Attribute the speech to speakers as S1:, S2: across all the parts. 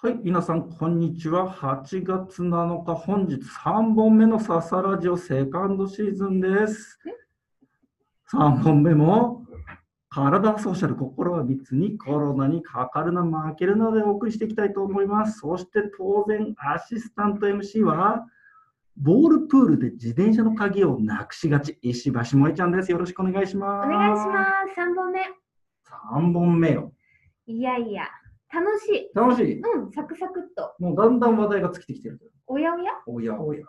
S1: はい、皆さん、こんにちは。8月7日、本日3本目のササラジオセカンドシーズンです。3本目も、体はソーシャル、心は密にコロナにかかるな、負けるなでお送りしていきたいと思います。そして当然、アシスタント MC は、ボールプールで自転車の鍵をなくしがち、石橋萌ちゃんです。よろしくお願いし
S2: お
S1: ます。
S2: 願いします。三本目。
S1: す。3本目よ。
S2: いやいや、楽しい。
S1: 楽しい。
S2: うん、サクサクっと。
S1: もうだんだん話題が尽きてきてる。
S2: おやおや
S1: おやおや。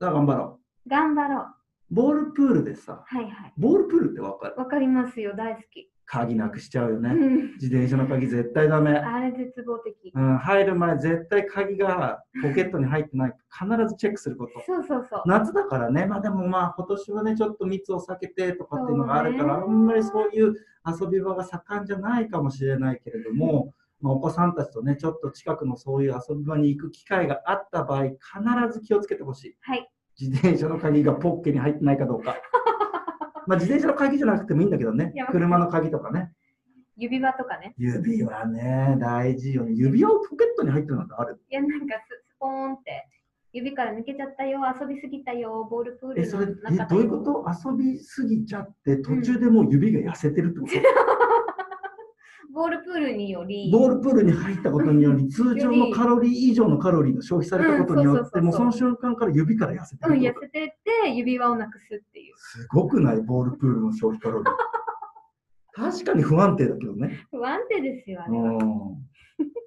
S1: じゃあ頑張ろう。
S2: 頑張ろう。
S1: ボールプールでさ、
S2: はいはい。
S1: ボールプールってわかる
S2: わかりますよ、大好き。
S1: 鍵なくしちゃうよ
S2: う
S1: ね。
S2: ん。
S1: 自転車の鍵絶対ダメ。
S2: あれ絶望的。
S1: うん、入る前絶対鍵がポケットに入ってない。必ずチェックすること。
S2: そうそうそう。
S1: 夏だからね、まあでもまあ今年はね、ちょっと密を避けてとかっていうのがあるから、
S2: そうね
S1: あんまりそういう遊び場が盛んじゃないかもしれないけれども、まあ、お子さんたちとね、ちょっと近くのそういう遊び場に行く機会があった場合、必ず気をつけてほしい。
S2: はい。
S1: 自転車の鍵がポッケに入ってないかど うか。まあ自転車の鍵じゃなくてもいいんだけどね
S2: いや、
S1: 車の鍵とかね。
S2: 指輪とかね。
S1: 指はね、大事よね。指輪をポケットに入ってるなんてある。
S2: いや、なんかススポーンって。指から抜けちゃったよ、遊びすぎたよ、ボールプール
S1: え、それ、えどういうこと遊びすぎちゃって、途中でもう指が痩せてるってこと、
S2: とボールプールにより、
S1: ボールプールに入ったことにより、通常のカロリー以上のカロリーが消費されたことによって、
S2: うん
S1: もう
S2: そ
S1: そう
S2: そ
S1: の瞬
S2: う
S1: 間から指から痩せて
S2: う
S1: るっ
S2: ん、
S1: て
S2: 痩
S1: こと
S2: せてって指輪をなくすっていう。
S1: すごくないボールプールの消費カロリー。確かに不安定だけどね。
S2: 不安定ですよ、あ
S1: う
S2: れは。
S1: ん。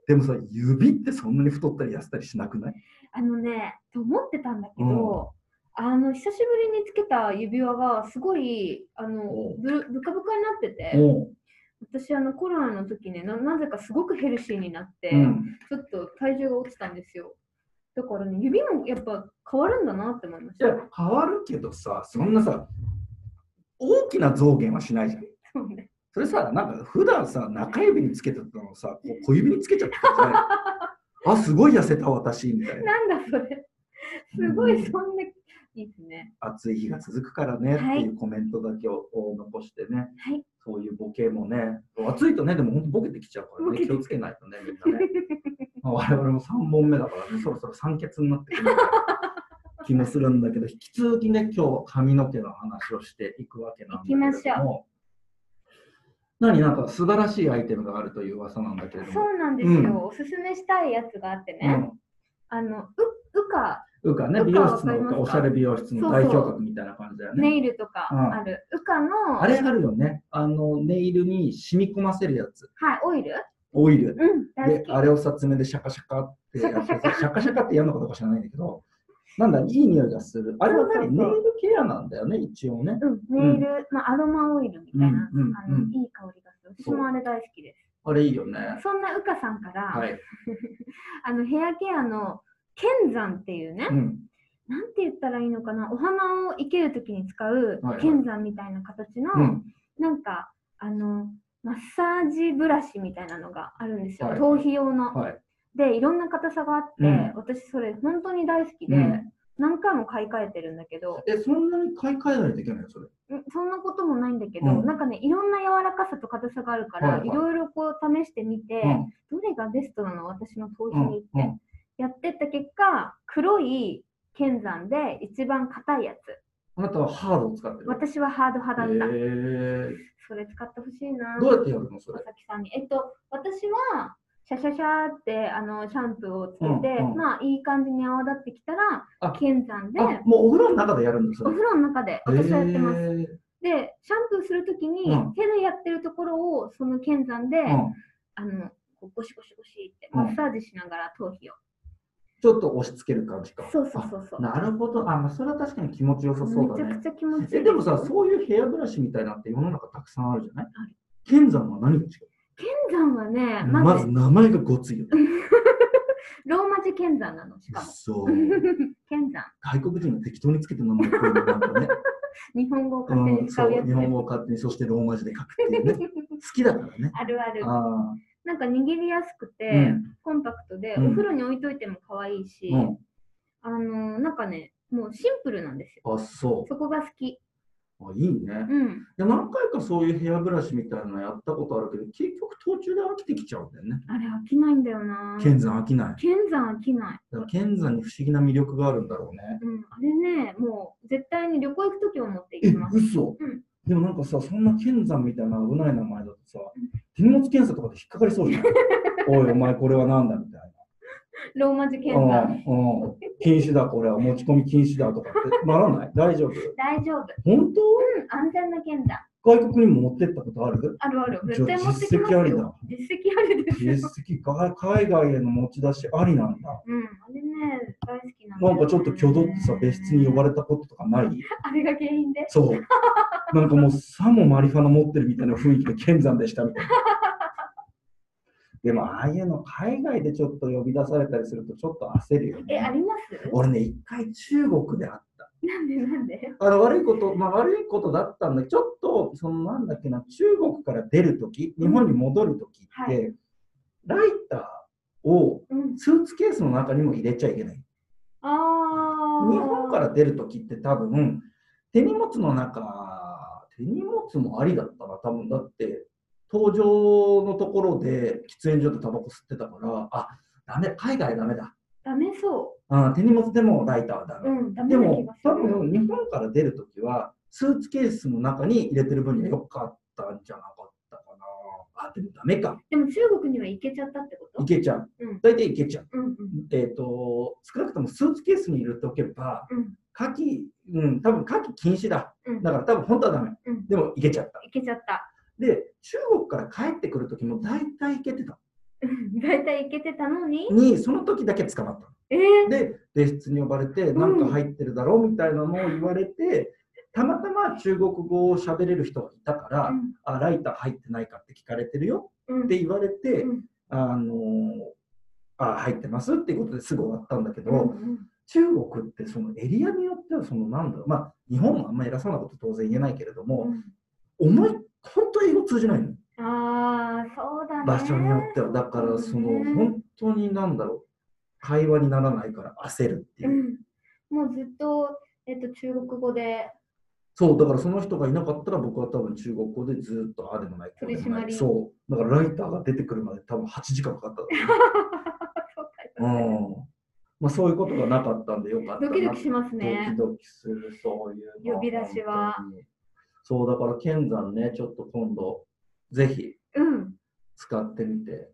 S1: でもさ、指ってそんなに太ったり痩せたりしなくない
S2: あのね、と思ってたんだけど、あの久しぶりにつけた指輪がすごいあ
S1: お
S2: の
S1: う
S2: ぶぶかぶかになってて、
S1: おう
S2: 私あのコロナの時ねな、なぜかすごくヘルシーになって、
S1: うん、
S2: ちょっと体重が落ちたんですよ。だからね、指もやっぱ変わるんだなって思いまし
S1: いや
S2: た。
S1: 変わるけどさそんなさ大きな増減はしないじゃん
S2: そうね
S1: それさなんか普段さ中指につけてたのをさこう小指につけちゃってたじゃ ないあすごい痩せた私みたいな
S2: なんだそれ。すごいそんな、いいですね。
S1: 暑い日が続くからねって
S2: はい
S1: いうコメントだけをお残してね、
S2: はい
S1: そういうボケもね暑いとねでも本当ボケてきちゃうから
S2: ボケ
S1: ね
S2: て
S1: 気をつけないとねみんなね、まあ、我々も3本目だからねそろそろ酸欠になってくる気もするんだけど引き続きね今日は髪の毛の話をしていくわけなんだけれども
S2: 行きまし
S1: 何なんか素晴らしいアイテムがあるという噂なんだけれど
S2: そ
S1: も
S2: うなんですよ、
S1: うん
S2: おすすめしたいやつがあってね、あのううか
S1: うん、うかね
S2: うか
S1: 美容室
S2: わかりま
S1: の
S2: すか
S1: おしゃれ美容室の代表格みたいな感じだよね
S2: ネイルとか
S1: うん
S2: ある、ウカの
S1: あれあるよね。あの、ネイルに染み込ませるやつ。
S2: はい、オイル、
S1: オイル。
S2: うん、大
S1: で
S2: 好、き。
S1: あれをさ、爪でシャカシャカってやって
S2: シャ
S1: さ、シャカシャカってやるのかどうか知らないんだけど、なんだ、いい匂いがする。あれは何
S2: そうそう
S1: ネイ
S2: そう
S1: ルケアなんだよね、一応ね。
S2: うん、ネイル、まあ、アロマオイルみたいな、
S1: うんうん
S2: あの
S1: うん
S2: いい香りがする。私
S1: そう
S2: もあれ大好きで
S1: あれいいよね。
S2: す。そんなウカさんから、
S1: はい。
S2: あのヘアケアの剣山っていうね、
S1: うん。
S2: なんて言ったらいいのかな、お花を生けるときに使う
S1: はいはい
S2: 剣山みたいな形の、
S1: うん。
S2: なんかあのマッサージブラシみたいなのがあるんですよ、
S1: はい
S2: 頭皮用の。
S1: はい。
S2: で、いろんな硬さがあって、
S1: うん
S2: 私それ本当に大好きで、
S1: うん
S2: 何回も買い替えてるんだけど、
S1: え、そんなに買い替えないといけないのそれ。
S2: んそんなこともないんだけど、
S1: うん
S2: なんかねいろんな柔らかさと硬さがあるから、
S1: はい
S2: い
S1: はい
S2: ろいろこう試してみて、
S1: うん。
S2: どれがベストなの私の頭皮
S1: うん。
S2: にって、
S1: うん。
S2: やってった結果黒い剣山で一番硬いやつ
S1: あなたはハードを使ってる。
S2: 私はハード派だった、
S1: へー
S2: それ使ってほしいな
S1: どうやってやるのそれ
S2: 佐。々木さんにえっと私はシャシャシャーってあのシャンプーをつけて、
S1: うんうん
S2: まあいい感じに泡立ってきた
S1: あ
S2: ら剣山で
S1: あ、もうお風呂の中でやるんだ、そ
S2: お
S1: れ。
S2: 風呂の中で私はやってます、
S1: へー
S2: でシャンプーするときに、
S1: うん
S2: 手でやってるところをその剣山で、
S1: うん。
S2: あのこうゴシゴシゴシって
S1: うん
S2: マッサージしながら頭皮を、
S1: ちょっと押し付ける感じか。
S2: そうそうそうそう
S1: なるほど。あ、まあ、それは確かに気持ちよさそう
S2: め
S1: だ
S2: ちゃ
S1: ね
S2: く。ちゃ気持ちいいす
S1: え、でもさ、そういうヘアブラシみたいなって世の中たくさんあるじゃない
S2: ある
S1: 剣山は何が違
S2: 剣山はね
S1: う
S2: ま
S1: ま
S2: ず
S1: ず名前がごついよ。
S2: ローマ字剣山なのしかも
S1: そう。
S2: 剣山
S1: 外国人が適当につけて名前をこういうのなん かね。
S2: 日本語を
S1: う
S2: 勝手に
S1: ん、
S2: 使
S1: そうう
S2: やつ、
S1: 日本語を勝手に、そしてローマ字で書くっていう ね。好きだからね。
S2: あるある
S1: あ
S2: なんか握りやすくて、
S1: うん
S2: コンパクトで、
S1: うん
S2: お風呂に置いといても可愛いし、
S1: あ、うん。
S2: あのなんかねもうシンプルなんですよ
S1: あ、そ
S2: そこが好き
S1: う。あ、いいね。
S2: うん。
S1: いや何回かそういうヘアブラシみたいなのやったことあるけど、結局途中で飽きてきちゃうんだよね。
S2: あれ飽きないんだよな。
S1: 剣山飽きない。
S2: 剣山飽きない。
S1: だから剣山に不思議な魅力があるんだろうね。
S2: うん。あれね、もう絶対に旅行行くときは持って
S1: え
S2: 行き ま、す。
S1: 嘘、
S2: うん
S1: でもなんかさ、そんな剣山みたいな危ない名前だとさ
S2: うん、
S1: 手荷物検査とかで引っかかりそう じゃないおい、お前これはなんだみたいな。
S2: ローマ字剣
S1: うん
S2: 山。
S1: うん、禁止だ、これは持ち込み禁止だとかってならない大丈夫
S2: 大丈夫。
S1: 本
S2: うん。安全な剣山。
S1: 当外国にも持ってったことあ る
S2: あるある。
S1: じゃあ
S2: 絶対持ってき
S1: 実
S2: ます
S1: 績ありだ
S2: よ。実績ありですよ。
S1: 実績が海外への持ち出しありなんだ。
S2: うん。あれね、大好きなんだ
S1: な
S2: よ
S1: ん
S2: ね
S1: かちょっと挙動ってさ、別室に呼ばれたこととかない
S2: あれが原因で。
S1: そう。なんかもうさもマリファナ持ってるみたいな雰囲気で剣山でしたみたいな。でもああいうの海外でちょっと呼び出されたりするとちょっと焦るよ
S2: え、あ
S1: ね。
S2: ります
S1: 俺ね、一回中国であった。
S2: なんでなんで
S1: あの悪いこと、まあ、悪いことだったんだけど、ちょっと、そのなんだっけな、中国から出るとき、日本に戻るときって、
S2: は
S1: ライターを
S2: うん。
S1: スーツケースの中にも入れちゃいけない。日
S2: ああ。
S1: 本から出るときって多分、手荷物の中、手荷物もありだったな、多分。だって、搭乗のところで喫煙所でタバコ吸ってたから、あ、ダメ、海外ダメだ。
S2: ダメそ
S1: あ手荷物でもライターはダメ
S2: う。。うん、ダ
S1: で
S2: メな気が
S1: も
S2: す
S1: 多
S2: る。
S1: 分日本から出るときはスーツケースの中に入れてる分には良かったんじゃなかったかな。あでもダメか。
S2: でも中国には行けちゃったってこ
S1: い
S2: と
S1: けちゃう。
S2: うん
S1: 大体いけちゃう。
S2: うんうん
S1: えっ、と少なくともスーツケースに入れておけば
S2: うん
S1: 火器うん多分火器禁止だ。
S2: うん。
S1: だから多分本当はダメ。
S2: うん
S1: でもいけちゃった。
S2: 行けちゃった。
S1: で中国から帰ってくるときも大体いけてた。
S2: うん大体行けてたのに。
S1: にその時だけ捕まった。
S2: えー、
S1: で別室に呼ばれてなんか入ってるだろうみたいなのを言われてたまたま中国語を喋れる人がいたから、
S2: うん
S1: あライター入ってないかって聞かれてるよ
S2: うん
S1: って言われて、
S2: うん
S1: あのあ入ってますっていうことですぐ終わったんだけど、
S2: うん
S1: 中国ってそのエリアによってはそのなんだろうまあ日本はあんま偉そうなこと当然言えないけれど
S2: う
S1: も、
S2: ん
S1: 思い本当英語通じないの
S2: ああ、そうだね。
S1: 場所によってはだからその
S2: うん
S1: 本当になんだろう会話にならないから焦るっていうう、
S2: ん。もうずっと、えっと、中国語で
S1: そうだからその人がいなかったら僕は多分中国語でずっとああでもないこうでもな
S2: 取り締ま
S1: い
S2: り
S1: そうだからライターが出てくるまで多分8時間かかっただろうね
S2: そうだ
S1: う
S2: よね
S1: んまあ、そういうことがなかったんでよかったな
S2: ドキドキしますね。
S1: ドキドキする、そういうの。
S2: 呼び出しは
S1: 本当に。そう、だから、剣山ね、ちょっと今度、ぜひ
S2: うん、
S1: 使ってみて。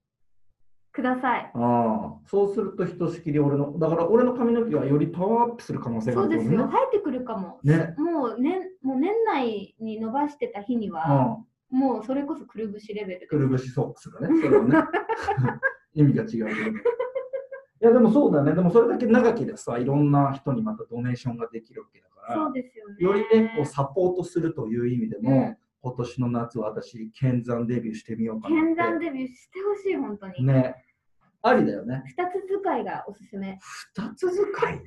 S2: ください。
S1: ああ、そうすると、ひとしきり俺の、だから俺の髪の毛はよりパワーアップする可能性が
S2: そ
S1: あ
S2: う
S1: るっ
S2: です
S1: てこ
S2: よ、生えてくるかも。
S1: とね。ね。
S2: もう年もう年内に伸ばしてた日に
S1: う
S2: は、
S1: ん。
S2: もうそれこそくるぶしレベルで
S1: くるぶしソックスがね、それはね。 意味が違うけど。いや、でもそうだね。でもそれだけ長きでさ、いろんな人にまたドネーションができるわけだから。
S2: そうですよね。
S1: よりね、こうサポートするという意味でも、
S2: うん
S1: 今年の夏は私、剣山デビューしてみようかなって。
S2: 剣山デビューしてほしい、本当に。
S1: ね。ありだよね。
S2: 二つ使いがおすすめ。
S1: 二つ使い。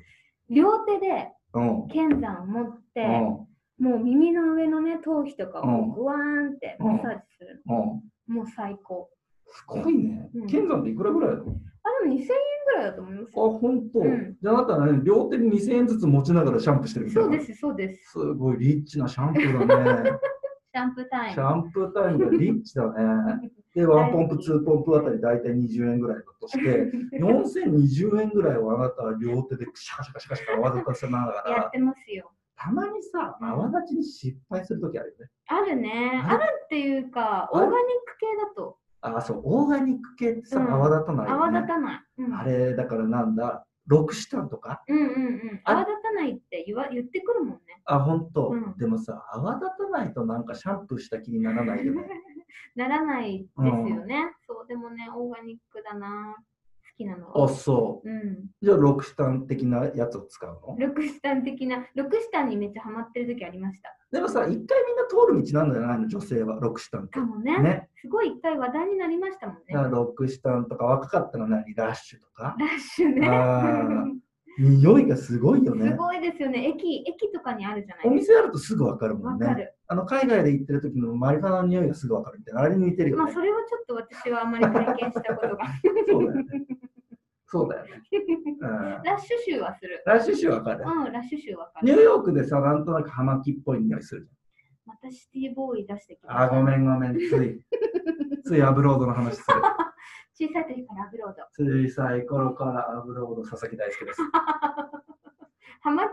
S2: 両手で
S1: うん。
S2: 剣山を持って、
S1: うん。
S2: もう耳の上のね、頭皮とか
S1: う
S2: を
S1: ん
S2: グワーンってマッサージする
S1: うん。
S2: の。もう最高。
S1: すごいね
S2: うん。
S1: 剣山っていくらぐらいだろう
S2: あ、でも2000円ぐらいだと思いますよ。
S1: あ、本当。
S2: うん
S1: じゃあ、あなたはね、両手に2000円ずつ持ちながらシャンプーしてるみたい
S2: そ
S1: な。
S2: うです、そうです。
S1: すごいリッチなシャンプーだね。
S2: シャンプータイ
S1: シャンプータイムがリッチだね。
S2: ム。
S1: で、ワンポンプ、ツーポンプあたり大体20円ぐらいだと して、4020円ぐらいをあなたは両手でシャカシャカシャカシャカ泡立たせなが
S2: やっ
S1: ら、
S2: てますよ。
S1: たまにさ、
S2: うん
S1: 泡立ちに失敗するときあるよね。
S2: あるね。
S1: あ
S2: あるっていうか、オ
S1: あ
S2: ー
S1: る
S2: ガニック系だと
S1: ああ、そう、オーガニック系ってさ、
S2: うん
S1: 泡立たない
S2: 泡
S1: よ
S2: 立
S1: ね。
S2: たない。うん、
S1: あれ、だからなんだ、ロクシタンとか
S2: うんうんうん。
S1: あ
S2: 泡立たないって言わ言ってくるもんね。
S1: あ、ほんと
S2: うん。
S1: でもさ、泡立たないとなんかシャンプーした気にならないよ ね。
S2: ならないですよね。そう、でもね、オーガニックだな。好きなの
S1: あ、
S2: は。
S1: そ
S2: うん。
S1: う。じゃあ、ロクシタン的なやつを使うの
S2: ルクシタン的な、ルクシタンにめっちゃハマってる時ありました。
S1: でもさ、一回みんな通る道なんじゃないの女性は、ロクシタンって
S2: か。もね。
S1: ね。
S2: すごい一回話題になりましたもんね。
S1: だから
S2: ラ
S1: ロクシタンとか、若かったら何ラッシュとか。
S2: ッシュね。
S1: あ 匂いがすごいよ
S2: す
S1: ね。
S2: ごいですよね。駅、駅とかにあるじゃない
S1: お
S2: です
S1: 店あるとすぐわかる
S2: か。
S1: も
S2: わ
S1: んね。
S2: かる。
S1: あの海外で行ってる時のマリファナの匂いがすぐわかるみたいな。あれに似てるよ
S2: まあ、
S1: ね。
S2: それはちょっと私はあまり体験したことが。
S1: そうだよね。そうだよね。うん
S2: ラッシュ臭はする。
S1: ラッシュ臭わかる。
S2: うん、ラッシュ臭わか
S1: ニュ
S2: る。
S1: ーヨークでさ、なんとなく葉巻っぽい匂いするじ
S2: またシティボーイ出してきま
S1: あ、
S2: した。
S1: ごめんごめん。つ い。ついアブロードの話す
S2: 小さい時からアブロード。
S1: る。小さい頃からアブロード佐々木大輔です。
S2: 葉巻の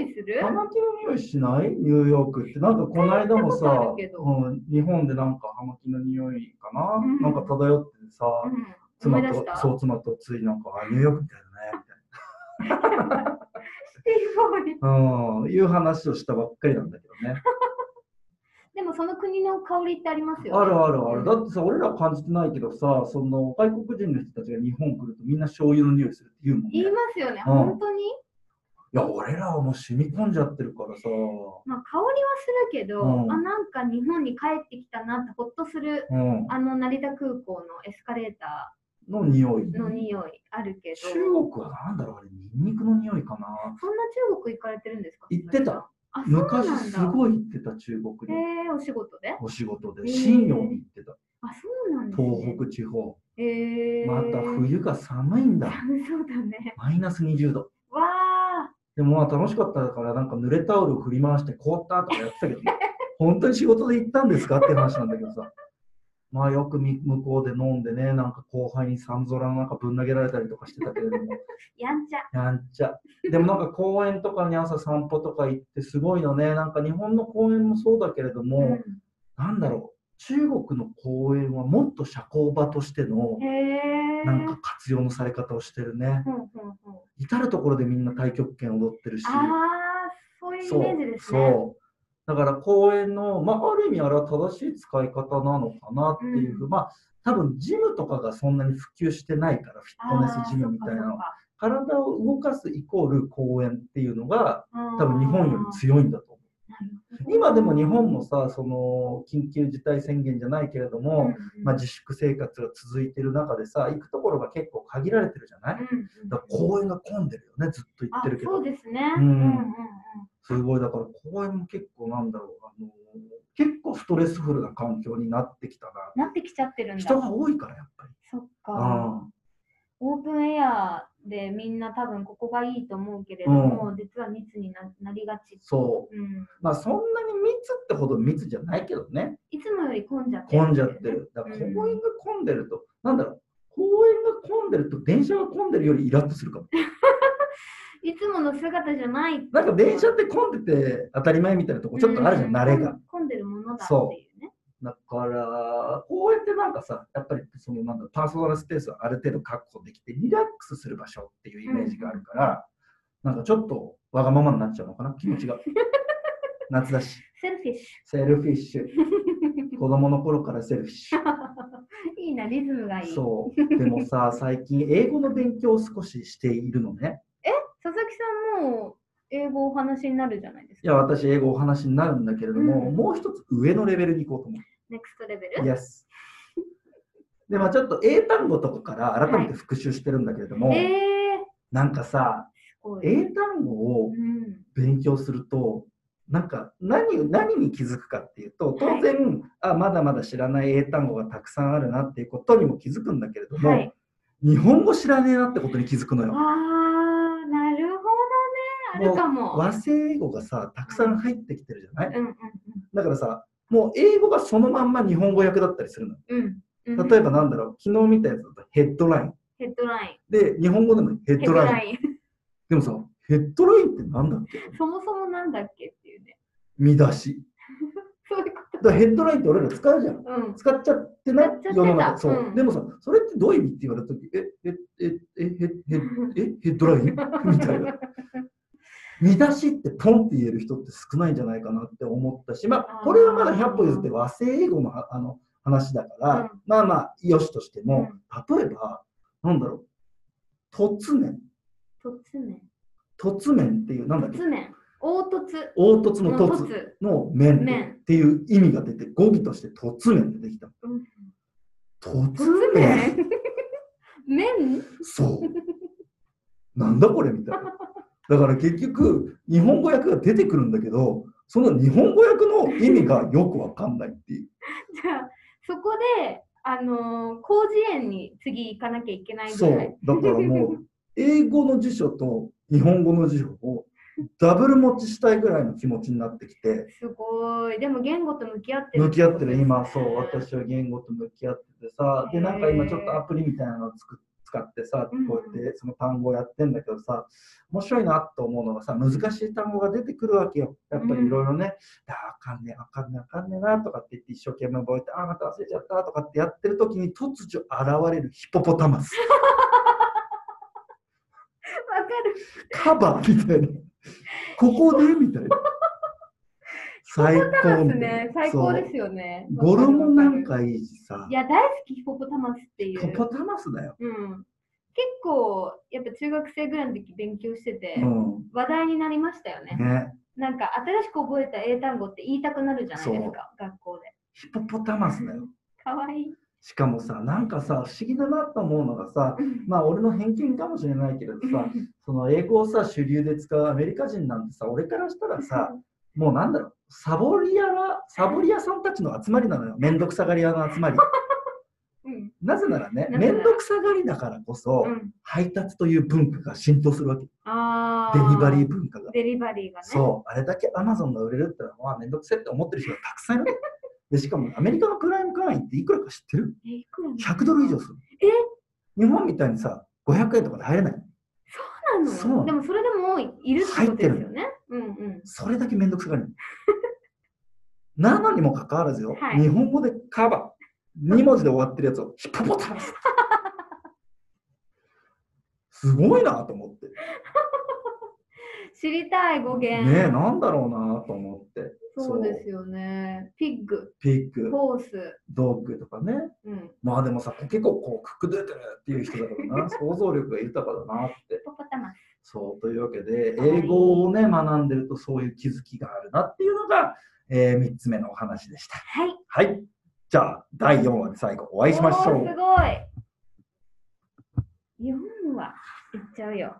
S2: 匂いする
S1: ハマキの匂いしないニューヨークって。なんかこの間も
S2: 聞いたこと
S1: さ
S2: あるけ、ど
S1: うん、日本でなんかハマキの匂いかな、
S2: うん
S1: なんか漂っててさ、
S2: うん、思
S1: 妻
S2: い出し
S1: と
S2: た。、
S1: そ
S2: シ
S1: う、妻とついなんか、あニューヨークみたいだね、みたいな。
S2: ティボーイ。
S1: うん、いう話をしたばっかりなんだけどね。
S2: でもその国の香りってありますよ、ね。
S1: あるあるある。だってさ、俺ら感じてないけどさ、その外国人の人たちが日本来るとみんな醤油の匂いするって言うもんね。
S2: 言い
S1: い
S2: ますよね、
S1: うん
S2: 本当に。
S1: や、俺らはもう染み込んじゃってるからさ。
S2: まあ、香りはするけど、
S1: うん
S2: あなんか日本に帰ってきたなってほっとする、
S1: うん。
S2: あの成田空港のエスカレータ
S1: の匂い。
S2: ーの匂いあるけど、
S1: 中国はなんだろう、あれ、ニンニクの匂いかな。
S2: そんな中国行かれてるんですか
S1: 行ってた。
S2: あそうなんだ
S1: 昔すごい行ってた、中国に。
S2: えー、お仕事であ、
S1: お仕事
S2: へ
S1: で。
S2: え
S1: 信用に行ってた。
S2: そうなんです、ね、
S1: 東北地方。
S2: えー、
S1: また 冬が寒いんだ。
S2: 寒そうだね。
S1: マイナス20度。
S2: わあ、
S1: でもまあ楽しかったから、なんか濡れタオル振り回して凍ったとかやって たけど、本当に仕事で行ったんですかって話なんだけどさ。まあよくみ向こうで飲んでね、なんか後輩に三空の中ぶん投げられたりとかしてたけれども、
S2: やんちゃ。
S1: やんちゃ。でもなんか公園とかに朝散歩とか行ってすごいのね、なんか日本の公園もそうだけれども、
S2: う
S1: なんだろう、中国の公園はもっと社交場としての
S2: ん、へえ。
S1: なんか活用のされ方をしてるね。
S2: ほんほんほん
S1: 至る所でみんな太極拳踊ってるし。
S2: ああ、そういうイ
S1: そう
S2: メージですね。
S1: そうだから公園の、まあ、ある意味あれは正しい使い方なのかなっていう、
S2: うん
S1: まあ多分ジムとかがそんなに普及してないからフィットネスジムみたいなのは体を動かすイコール公園っていうのが多
S2: 多
S1: 分日本より強いんだと思う今でも日本もさその緊急事態宣言じゃないけれども、まあ、自粛生活が続いてる中でさ行くところが結構限られてるじゃない、
S2: う
S1: だ
S2: んうんうん
S1: から公園が混んでるよねずっと行ってるけど
S2: あそうですね。
S1: う
S2: うんんうんうん
S1: すごい、だから公園も結構なんだろう、あの結構ストレスフルな環境になってきたな。
S2: なってきちゃってるんだ。
S1: 人が多いから、やっぱり。
S2: そっ
S1: あ
S2: か。オープンエアでみんな多分ここがいいと思うけれども、実は密にななりがち。。
S1: そう
S2: ん、
S1: まあ、そんなに密ってほど密じゃないけどね、
S2: いつもより混んじゃってる、
S1: 混んじゃって。る。だから
S2: うん
S1: 公園が混んでると、なんだろう、公園が混んでると電車が混んでるよりイラッとするかも。
S2: いつもの姿じゃない。
S1: なんか電車って混んでて当たり前みたいなとこちょっとあるじゃん、慣れが。。
S2: 混んでるものだっていうね。
S1: だから、公園ってなんかさ、やっぱりそのなんだパーソナルスペースはある程度確保できて、リラックスする場所っていうイメージがあるから、なんかちょっとわがままになっちゃうのかな、気持ち が。夏だし、
S2: セルフィッシ
S1: セルフィッシュ。子供の頃からセルフィッシュ。
S2: ュ。 いいな、リズムがいい。
S1: そう。でも さ、最近英語の勉強を少ししているのね。
S2: 佐々木さんも英語お話しになるじゃないです
S1: い
S2: か。
S1: や、私、英語お話になるんだけれども、
S2: うん
S1: もう一つ上のレベルに行こうと思う。
S2: ネクストレ ベル
S1: Yes。で、まあちょっと英単語とかから改めて復習してるんだけれども、
S2: えー、
S1: なんかさ、
S2: すごい。
S1: 英単語を
S2: うん、
S1: 勉強すると、なんか何何に気づくかっていうと、当然、あまだまだ知らない英単語がたくさんあるなっていうことにも気づくんだけれども、
S2: はい。
S1: 日本語知らねえなってことに気づくのよ。
S2: あー、なるほどね。あるかも。
S1: 和製英語がさ、たくさん入ってきてるじゃない、
S2: うんうん
S1: だからさ、もう英語がそのまんま日本語訳だったりするの。
S2: うんうん。うん
S1: 例えばなんだろう、昨日見たやつだとヘッドライン。
S2: ヘッドライ
S1: で、日本語でもヘ
S2: ン。
S1: ッドライン。
S2: イン。
S1: でもさ、ヘッドラインってなんだっけ
S2: そもそもなんだっけっていうね。
S1: 見出し。
S2: そういうこ
S1: だからヘッドラインって俺ら使うじゃん。
S2: と。うん。
S1: 使っちゃってない
S2: 使っちゃってた
S1: 世の中そう、
S2: うん
S1: でもさそれってどういう意味って言われた時えええええええヘッドライン みたいな見出しってポンって言える人って少ないんじゃないかなって思ったしまあ
S2: あー
S1: これはまだ100歩譲って和製英語のはあの話だから、
S2: うん
S1: まあまあよしとしても、例えばなんだろう突面
S2: 突面。
S1: 突面っていうなんだっけ
S2: 突面。凹凸。
S1: 凹凸の
S2: の
S1: 凸。の面
S2: 面
S1: っていう意味が出て語義として突面ってできた
S2: うん
S1: 突
S2: 突
S1: 面
S2: 面 面
S1: そう。なんだこれみたいな。だから結局、日本語訳が出てくるんだけど、その日本語訳の意味がよくわかんないっていう。
S2: じゃあそこで、あのー、広辞苑に次行かなきゃいけないぐ
S1: そ
S2: らい。
S1: う。だからもう、英語の辞書と日本語の辞書をダブル持ちしたいぐらいの気持ちになってきて、
S2: すごい。でも言語と向き合ってる。
S1: 向き合ってる、今、そう、 私は言語と向き合っててさ、で、なんか今ちょっとアプリみたいなのを作っ使ってさ、こうやってその単語をやってんだけどさ、面白いなと思うのがさ、難しい単語が出てくるわけよ。やっぱりいろいろね、ああ、あかんね、あかんね、あかんねなとかって言って一生懸命覚えて、ああ、また忘れちゃったとかってやってる時に突如現れるヒポポタ マス。
S2: わかる。
S1: カバーみたいな。ここでみたい な。最
S2: ヒポポタ
S1: 高
S2: マ
S1: みた
S2: ス
S1: いな
S2: ね。最高ですよね。
S1: そう語呂もなん
S2: わ
S1: かいいしさ
S2: る。い、や、大好き、ヒポポタマスってい
S1: ヒ
S2: う。
S1: ポポタマスだよ。
S2: うん。結構、やっぱ中学生ぐらいの時勉強してて、
S1: うん。
S2: 話題になりましたよね。
S1: ね。
S2: なんか、新しく覚えた英単語って言いたくなるじゃないですか、学校で。
S1: ヒポポタマスだよ。
S2: かわいい。
S1: しかもさ、なんかさ、不思議だなと思うのがさ、まあ俺の偏見かもしれないけれどさ、その英語をさ、主流で使うアメリカ人なんてさ、俺からしたらさ、もうなんだろう、サボり屋は、サボり屋さんたちの集まりなのよ。めんどくさがり屋の集まり。
S2: うん。
S1: なぜならね、
S2: な
S1: め
S2: ぜなら
S1: んどくさがりだからこそ、
S2: うん。
S1: 配達という文化が浸透するわけ。
S2: あ
S1: デリバリー
S2: ー。
S1: 文化が。
S2: デリバリーがね。
S1: そう、あれだけアマゾンが売れるってのは、まあ、めんどくせえって思ってる人がたくさんいるわけ。で、しかもアメリカのクライム会員っていくらか知ってる
S2: え、いくらなの
S1: ?100 ドル以上する。日本みたいにさ、500円とかで入れない。
S2: そうなの
S1: そう
S2: でもそれでもいるってことですよね。うんうん。
S1: それだけめんどくさがる。なのにもかかわらずよ、
S2: はい
S1: 日本語でカバー、2文字で終わってるやつをヒッポポタマス。すごいなと思って。
S2: 知りたい語源。
S1: ねえ、なんだろうなと思って。
S2: そうですよね。ピッグ、
S1: ピック、
S2: ホース。
S1: ドッグとかね。
S2: うん。
S1: まあでもさ、結構こう、くく出てるっていう人だからな、想像力が豊かだなって。
S2: ポポタマス。
S1: そう、というわけで、英語をね、学んでるとそういう気づきがあるなっていうのが、え3つ目のお話でした。
S2: はい。
S1: はい。じゃあ、第4話で最後お会いしましょ
S2: おー
S1: う
S2: す。ごい。4話いっちゃうよ。